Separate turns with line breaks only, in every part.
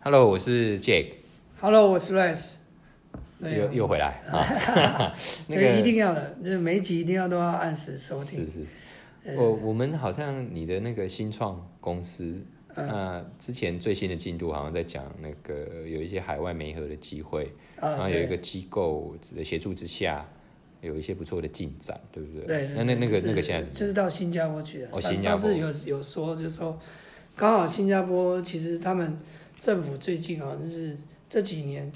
Hello，我是 Jake，
Hello，我是 Rice。对
又
啊，
又回 来啊。 那
对一
个
定要的，就是每一集一定要都要按时收
是
听。
是
呃
是，我我们好像你的那个新创公司，
嗯
那之前最新的进度好像在讲那个有一些海外媒合的机会，然
啊，
后有一
对，
个机构的协助之下，有一些不错的进展，对不对？
对，
那那那个
是
那个现在怎么样？
就是到新加坡去了。
哦
上
新加坡
上次有有说，就是说刚好新加坡其实他们政府最近啊，就是这几年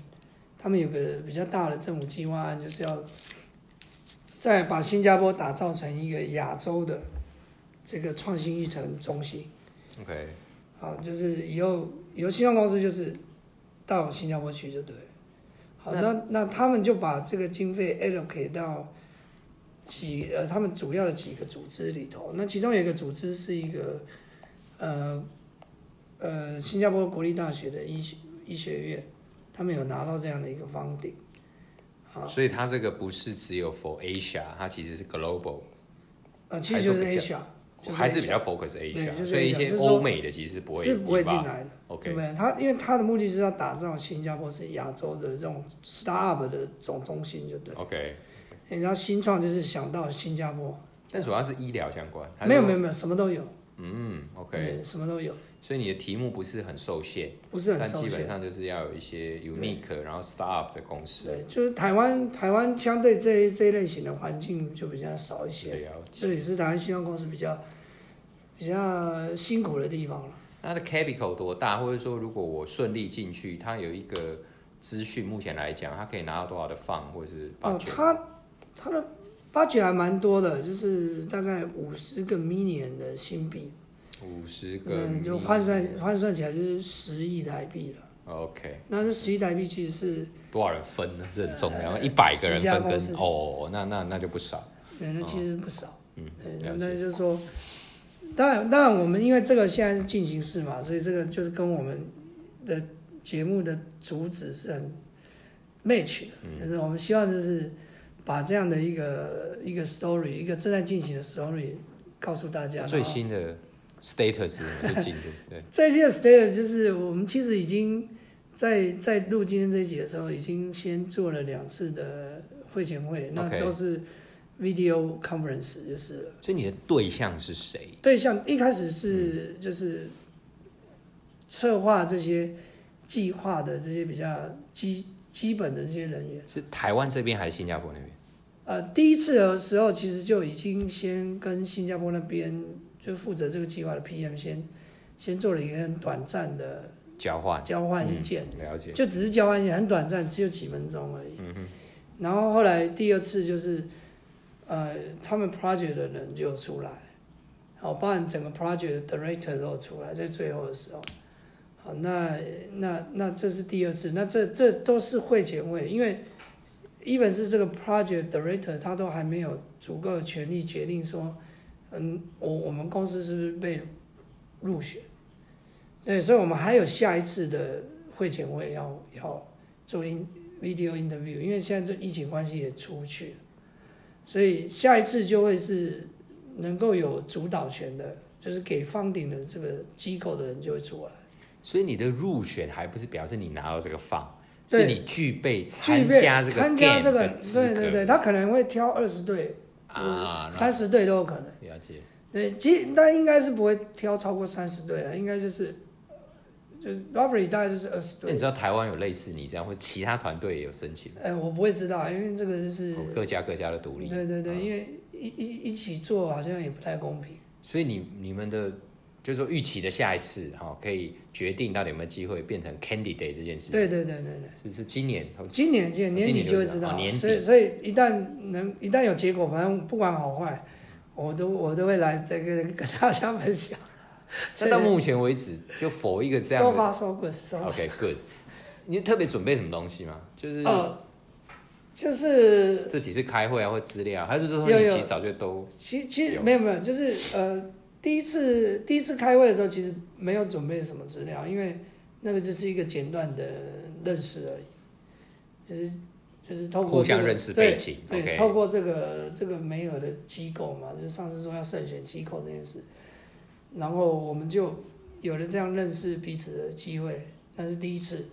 他们有个比较大的政府计划案，就是要再把新加坡打造成一个亚洲的这个创新育成中心。
OK，
好，啊就是以后以后新创公司就是到新加坡去就对了。好，
那
那那他们就把这个经费 allocate 到几呃他们主要的几个组织里头。那其中有一个组织是一个呃呃新加坡国立大学的医学医学院，他们有拿到这样的一个 funding。好，
所以它这个不是只有 for Asia，它其实是 global，
呃，其实就是
还是
Asia，就是
还是比
Asia
较 focus
对就
Asia，
是
所以一
Asia，
些
就是说
欧美的其实是不会
是不会
引
进
发
来的。对
OK，
不对？他因为他的目的是要打造新加坡是亚洲的这种 startup 的总中心，就对。
OK，
然后新创就是想到新加坡，
但主要是医疗相关，还是
没有没有没有，什么都有
嗯，OK，
对，什么都有，
所以你的题目不是很受限，
不是很
但
受
基本
限。
上就是要有一些 unique，然后 startup 的公司
对，就是台湾台湾相对这一这一类型的环境就比较少一些，
了解。
这也是台湾新创公司比较比较辛苦的地方了。
那它的 capital 多大，或者说如果我顺利进去，它有一个资讯，目前来讲，它可以拿到多少的放，或者是
哦，
budget？
它它的八九还蛮多的，就是大概五十个 million 的新币
五十个
嗯，
million，
就换算换算起来就是十亿台币了。
OK，
那这十亿台币其实是，
多少人分呢？这很重要，一百个人
呃十家
分
公司
跟哦，那那那就不少。
对，那其实不少。
嗯
对，，那
了
那
解。
就是说，当然当然我们因为这个现在是进行式嘛，所以这个就是跟我们的节目的主旨是很 match 的，
嗯
就是我们希望就是把这样的一个一个 story，一个正在进行的 story 告诉大家。
最
然后
新的 status 就进入对，
最近的 state 就是我们其实已经在在录今天这一集的时候，已经先做了两次的会前会，那
OK
都是 video conference，就是了
所以你的对象是谁？
对象一开始是就是策划这些计划的这些比较基基本的这些人员。
是台湾这边还是新加坡那边？
呃，第一次的时候其实就已经先跟新加坡那边就负责这个计划的 PM 先先做了一个很短暂的
交换，
交换意见。
嗯了解。
就只是交换一下，很短暂，只有几分钟而已。然后后来第二次就是，呃，他们 project 的人就出来，好，包含整个 project 的 director 都有出来，在最后的时候，好，那那那这是第二次，那这这都是会前会，因为一本是这个 project director 他都还没有足够的权利决定说，嗯，我我们公司是不是被入选？对，所以我们还有下一次的会前会要要做 in video interview，因为现在这疫情关系也出不去了，所以下一次就会是能够有主导权的，就是给方顶的这个机构的人就会出来，
所以你的入选还不是表示你拿到这个放，
对
是你具备
具
参
备
加这个
参加
game
这个，
的资
对
格
对对，嗯他可能会挑二十队
啊，那
三十队都有可能。
了解。
对，其实但应该是不会挑超过三十队了，啊应该就是就是 Robbery 大概就是二十
那
队
你。知道台湾有类似你这样，或者其他团队也有申请，
哎，我不会知道，因为这个就是
哦各家各家的独立。啊
对对对，因为一一一起做好像也不太公平。
所以你你们的就是说预期的下一次哈、哦，可以决定到底有没有机会变成 candidate 这件事，
对对对对对，
是是今年哦
今年今年年底
今年就
就会
知
知
道
道，
哦年底
所以所以一旦能一旦有结果，反正不管好坏，我都我都会来这个跟大家分享。
那到目前为止，就否一个这样
收
的
发收滚收。
，OK good。你特别准备什么东西吗？就是
哦，就是
这几次开会啊，或资料，还是说
有
你
有
其实早就都
其其实
有
没有没有，就是呃，第一次第一次开会的时候，其实没有准备什么资料，因为那个就是一个简短的认识而已，就是就是透过、这个、
互相认识背景
对对
OK
透过这个这个梅尔的机构嘛，就是上次说要慎选机构这件事，然后我们就有了这样认识彼此的机会，那是第一次。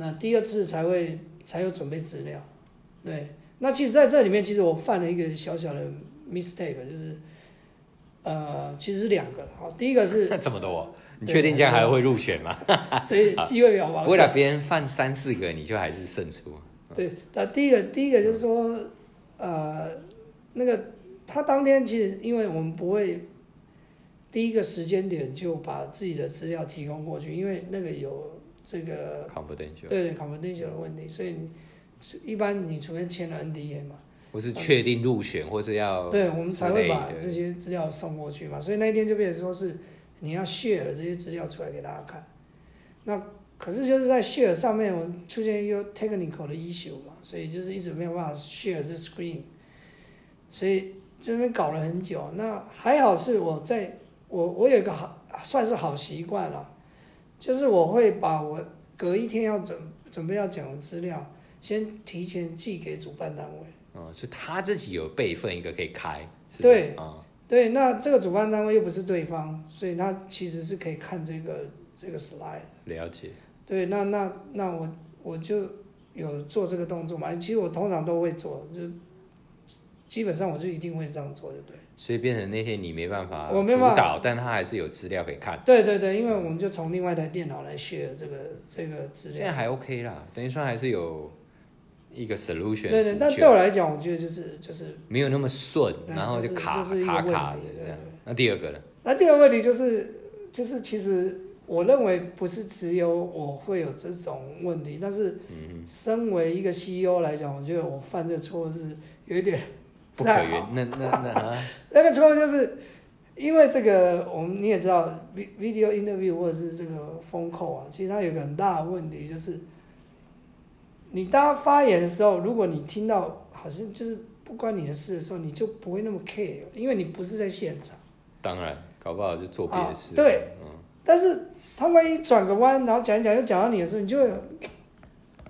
那第二次才会才有准备资料。对，那其实在这里面，其实我犯了一个小小的 mistake，就是呃，其实是两个。好，第一个是
这么多，啊你确定这样还会入选吗？
所以机会比较
不
保
会
守。
啦，别人犯三四个，你就还是胜出。啊
对，那第一个第一个就是说，呃，那个他当天其实因为我们不会第一个时间点就把自己的资料提供过去，因为那个有这个
Confidential，
对 confidential 的问题，所以你一般你除非签了 NDA 嘛，
我是确定入选或是要
对，我们才
之
会
类
把
的
这些资料送过去嘛，所以那一天就变成说是你要 share 这些资料出来给大家看。那可是就是在 share 上面，我们出现一个 technical 的 issue 嘛，所以就是一直没有办法 share 这 screen，所以这边搞了很久。那还好是我在我我有一个好算是好习惯了，就是我会把我隔一天要准准备要讲的资料，先提前寄给主办单位。
哦，所以他自己有备份一个可以开，是不是
对
啊，
对，那这个主办单位又不是对方，所以他其实是可以看这个这个 slide。
了解，
对，那那那我我就有做这个动作嘛，其实我通常都会做，就基本上我就一定会这样做，就对。
所以变成那天你没办法
我没
主
办法
导，但他还是有资料可以看，
对对对，因为我们就从另外一台电脑来 share 这个这个资
这
料
样。还 OK 啦，等于说还是有一个 solution，
对对，
补
但
救
对我来讲，我觉得就是就是
没有那么顺，
嗯
然后
就
就是卡
这是一个
卡卡的
问题
这样
对对。
那第二个呢？
那第二个问题就是，就是其实我认为不是只有我会有这种问题，但是身为一个 CEO 来讲，我觉得我犯这错误是有一点
不
不
可
太
原
好。，
那那那啊，
那个错误就是因为这个，我们你也知道，vi-，video interview 或者是这个风控啊，其实它有个很大的问题就是，你大家发言的时候，如果你听到好像就是不关你的事的时候，你就不会那么 care，因为你不是在现场。
当然，搞不好就做别的事。
啊对，
嗯，
但是他万一转个弯，然后讲一讲又讲到你的时候，你就会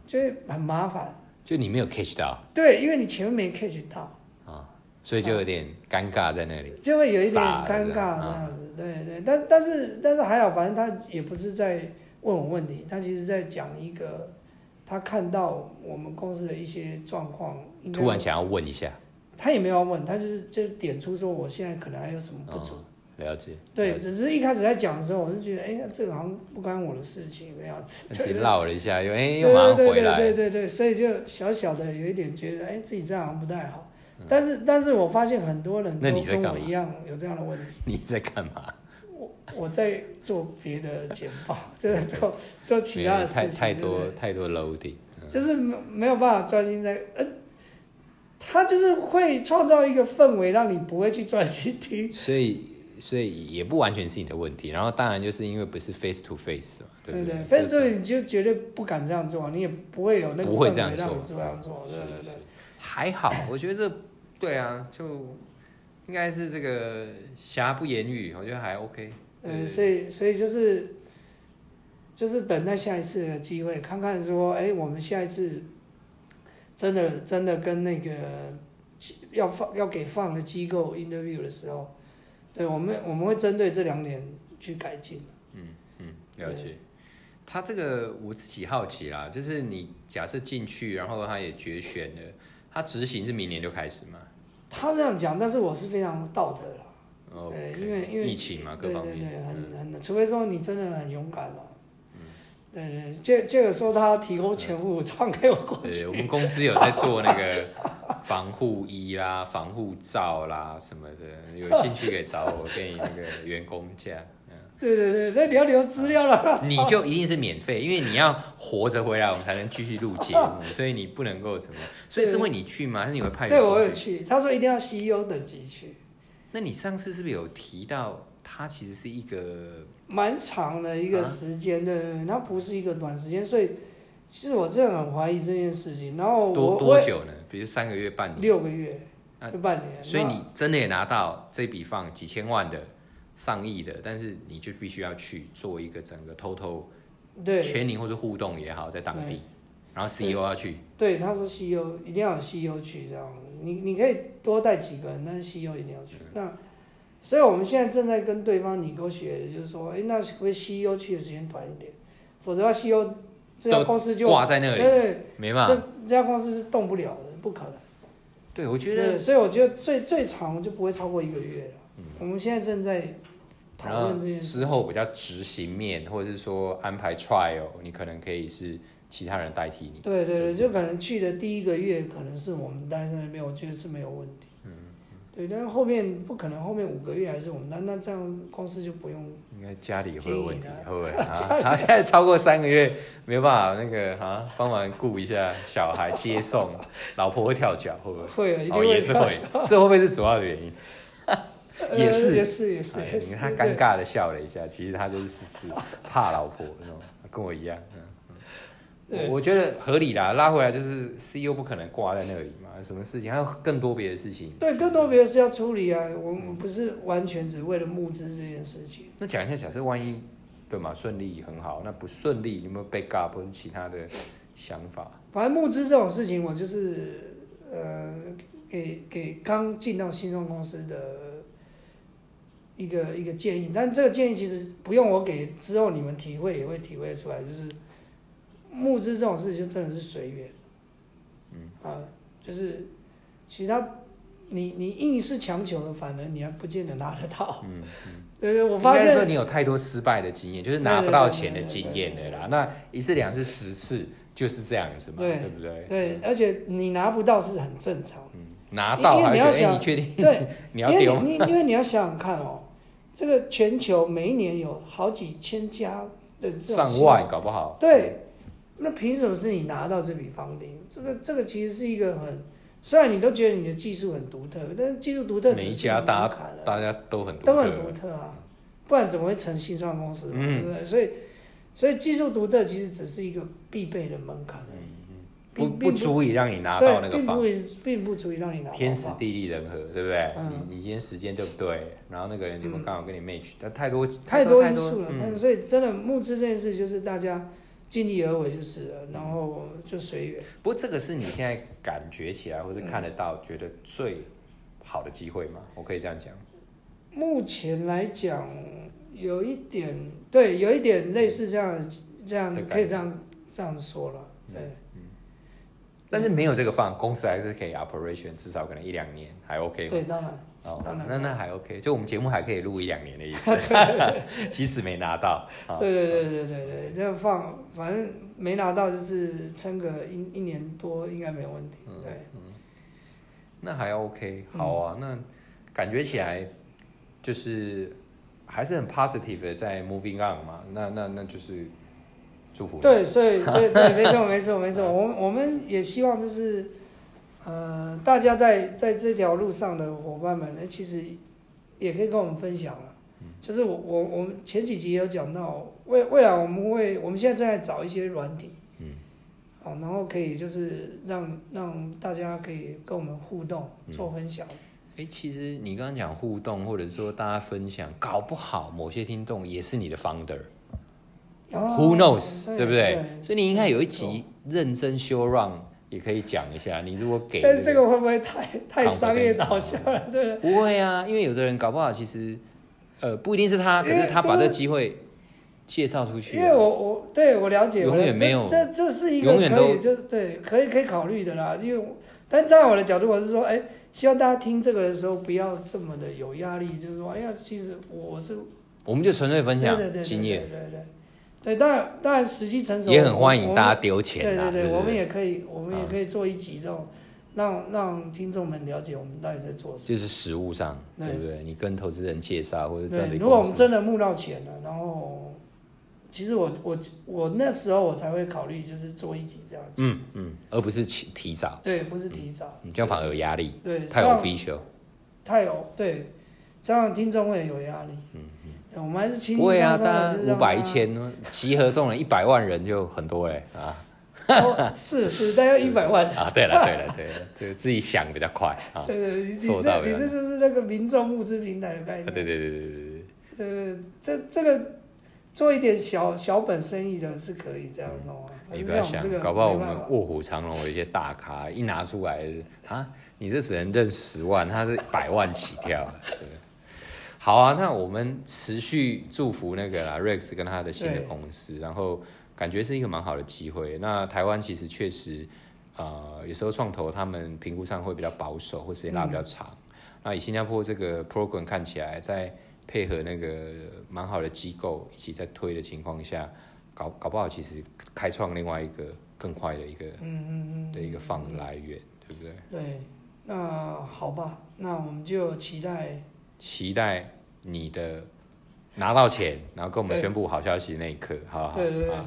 就会很麻烦。
就你没有 catch 到
对，因为你前面没 catch 到，
啊，所以就有点尴尬在那里。
就会有一点
傻了
尴
这
尬这
样啊
样子。对对，但但是但是还好，反正他也不是在问我问题，他其实在讲一个他看到我们公司的一些状况。应该
突然想要问一下，
他也没有要问，他就是就点出说我现在可能还有什么不足。
哦了解。
对，只是一开始在讲的时候，我就觉得，哎、这个好像不干我的事情这样子。
而
对
且
对
绕了一下，又哎
对
又马上
对
回
对对
来，
对对，所以就小小的有一点觉得，哎，自己这样好像不太好。但是，但是我发现很多人
嗯那
都
你在
跟
干
我
嘛
一样有这样的问题。
你在干嘛？
我我在做别的简 报，就是做做其他
没
的
有
事
太
情，
太
对
多嗯
不
太多 loading，
对就是没没有办法专心在，呃，他就是会创造一个氛围，让你不会去专心听。
所以所以也不完全是你的问题。然后当然就是因为不是 face to face 嘛，
对
不
对
对
，face
这
to 你就绝对不敢这样做，你也不会有那个
不
氛
会
围
这样
让你
做
这样做，对对
是
对
是。还好，我觉得这对啊，就应该是这个瑕不掩瑜，我觉得还 OK。
嗯，所以所以就是就是等待下一次的机会，看看说，哎、我们下一次真的真的跟那个要放要给放的机构 interview 的时候，对我们我们会针对这两点去改进。
嗯，了解。他这个我自己好奇啦，就是你假设进去，然后他也决选了，他执行是明年就开始嘛
他这样讲，但是我是非常道德了。
哦？OK，
因为因为
疫情嘛，各
对
方
对
面，
对，
嗯
很很，除非说你真的很勇敢了。对对，这这个说他提供全部传给我 过去
对，我们公司有在做那个防护衣啦、防护罩啦什么的，有兴趣可以找我，给你那个员工价。
对对对，那你要留资料了。
你就一定是免费，因为你要活着回来，我们才能继续录节目，所以你不能够怎么样。所以是会你去吗？还是你会派员
对，我
工
有
去？
去。他说一定要 CEO 等级去，
那你上次是不是有提到，它其实是一个
蛮长的
啊
一个时间，对对对，它不是一个短时间，所以其实我真的很怀疑这件事情。然后哦我
多
我
多
也
久呢？比如三个月、半年，
六个月，
啊
就半年。
所以你真的也拿到这笔放几千万的、上亿的，但是你就必须要去做一个整个 total
那对
全龄或者互动也好，在当地，然后 CEO 要去，
对，他说 CEO 一定要有 CEO 去这样，你你可以多带几个人，但是 CEO 一定要去。
嗯
那所 E 以我们现在正在跟对方拟沟学，就是说，哎，那会不会 CEO 去的时间短一点，否则他 CEO 这家
都
公司就
挂在那里
对对，
没办
这
法。
这家公司是动不了的，不可能。
对，我觉
对，
得
所以我觉得最最长就不会超过一个月了。我们现在正在讨论这件事。
之嗯后比较执行面，或者是说安排 trial，你可能可以是其他人代替你。
对对对，就可能去的第一个月，可能是我们待在那边，我觉得是没有问题。嗯。对，但是后面不可能，后面五个月还是我们那那这样公司就不用
应该家里会有问题
经营，啊
会不会？
家
啊，
里
他现在超过三个月，没有办法那个啊，帮忙顾一下小孩接送，老婆会跳脚，会 不会？
会啊，一定
哦，
会
也是
跳
会
脚。，
这会不会是主要的原因？
呃
也是
也是也是
哎
也
你
是。
看他尴尬的笑了一下，其实他就是是怕老婆那种，跟我一样。嗯嗯
对
我我觉得合理啦，拉回来就是 CEO 不可能挂在那里嘛，什么事情还有更多别的事情。
对，更多别的事要处理啊，我
嗯
们不是完全只为了募资这件事情。
那讲一下，假设万一对嘛顺利很好，那不顺利你有没有 backup 或者其他的想法？
反正募资这种事情，我就是呃，给给刚进到新创公司的一个一个建议，但这个建议其实不用我给，之后你们体会也会体会出来，就是募资这种事情就真的是随缘，嗯啊，就是其他你你硬是强求的，反而你还不见得拿得到，嗯， 对对，我发
应该
现
说你有太多失败的经验，就是拿不到钱的经验的啦。那一次、两次、十次就是这样子嘛，
对
对不对？
对，而且你拿不到是很正常的，
拿到还会觉得，
因为你要
哎，
想
你确定
对。
你
因
要
为
丢？
你你因为你要想想看哦，这个全球每一年有好几千家的这种
上
新
万搞不好。
对，那凭什么是你拿到这笔房顶？这个这个其实是一个很，虽然你都觉得你的技术很独特，但是技术独特
每
只
一
是个
家大
门
家
槛了，
大家都很独
都很独
特，
特啊，不然怎么会成新创公司嘛？
嗯
对不对？所以所以技术独特其实只是一个必备的门槛而已，
嗯不
并
不
并不
足以让你拿
对
到那个
并
房
不。会并不足以让你拿到
天时
房
地利人和，对不对？
嗯
你你今天时间对不对？然后那个人有没有
嗯
刚好跟你 match？但太多
太
多
多因素了，但
嗯
是所以真的募资这件事就是大家尽力而为就是了，然后就随缘。
不过这个是你现在感觉起来或者看得到，觉得最好的机会吗？我可以这样讲。
目前来讲，有一点对，有一点类似这样的这样
的感觉
可以这样这样说了，对，
但是没有这个放，公司还是可以 operation，至少可能一两年还 OK 吗？
对，当然
哦
当，然
那那还 OK，就我们节目还可以录一两年的意 思， 即使没拿到。啊
对对对对对对，这样放，反正没拿到就是撑个一一年多应该没有问题，对，
那还 OK，好
嗯
啊，那感觉起来就是还是很 positive 的在 moving on 嘛，那那那就是祝福你。
对，所以对对， 没错没错没错，我们我们也希望就是，呃，大家在在这条路上的伙伴们，呃其实也可以跟我们分享了。
嗯
就是我我我们前几集有讲到，未未来我们会，我们现在正在找一些软体，嗯，哦，然后可以就是让让大家可以跟我们互动
嗯
做分享，
哎、其实你刚刚讲互动，或者说大家分享，搞不好某些听众也是你的 founder。
然
Who
后
knows，对不对？所以你应该有一
没
集认真修 run 也可以讲一下。你如果给、
但是
这
这
个
个会不会太太商业导向了？对。
不会啊，因为有的人搞不好其实呃不一定是他，可
因为
是他把
就是
这机会介绍出去、
因
啊。
为我我对我了解，
永
我了
远
解
没有
这这这是一个
永远
可
都
以就对可以可以考虑的啦。因为我但站我的角度，我是说，哎，希望大家听这个的时候不要这么的有压力，就是说，哎呀，其实我是
我们就纯粹分享
对对对对
经验，
对对对对，当然当然时机成熟
也很欢
我
迎
们
大家丢钱啦。
对对
不
我们也可以，我们也
嗯
可以做一集这种，让让听众们了解我们到底在做什么。
就是实物上，
对
对不对？你跟投资人介绍或者这
对，
里
如果我
公
们
司，
真的募到钱了，然后其实我我我那时候我才会考虑，就是做一集这样子。
嗯嗯，而不是提提早，嗯
对，不是提早，
你这样反而有压力，
对，
啊太
这样
official。
太有对，这样听众会有压力。嗯我们还是轻
不会
轻
啊，
松松
大
的，
家
就是啊
五
让
百一
他，
千集合众人一百万人就很多 嘞啊。
哦 是是，但要一百 万。
啊，对了，对了，对了，这个自己想比较快啊。
对对，你你
做到啊
这
没
你
问题
这就是那个民众募资平台的概
啊
念。
对对对对对对，
对对，这这个做一点小小本生意的是可以这样弄啊。
你嗯不
可
要
是像我们这
想，
个
搞不好我
没办
们
法
卧虎藏龙有一些大咖一拿出来啊，你这只能认十万，他是百万起跳啊。对好啊，那我们持续祝福那个啦，Rex 跟他的新的公司，然后感觉是一个蛮好的机会。那台湾其实确实，呃，有时候创投他们评估上会比较保守，或时间拉比较长。那以新加坡这个 program 看起来，在配合那个蛮好的机构一起在推的情况下，搞搞不好其实开创另外一个更快的一个
嗯嗯
的一个放来源，对不对？
嗯，对，那好吧，那我们就期待，
期待你的拿到钱，然后跟我们
对
宣布好消息那一刻，好不好？
对对对
啊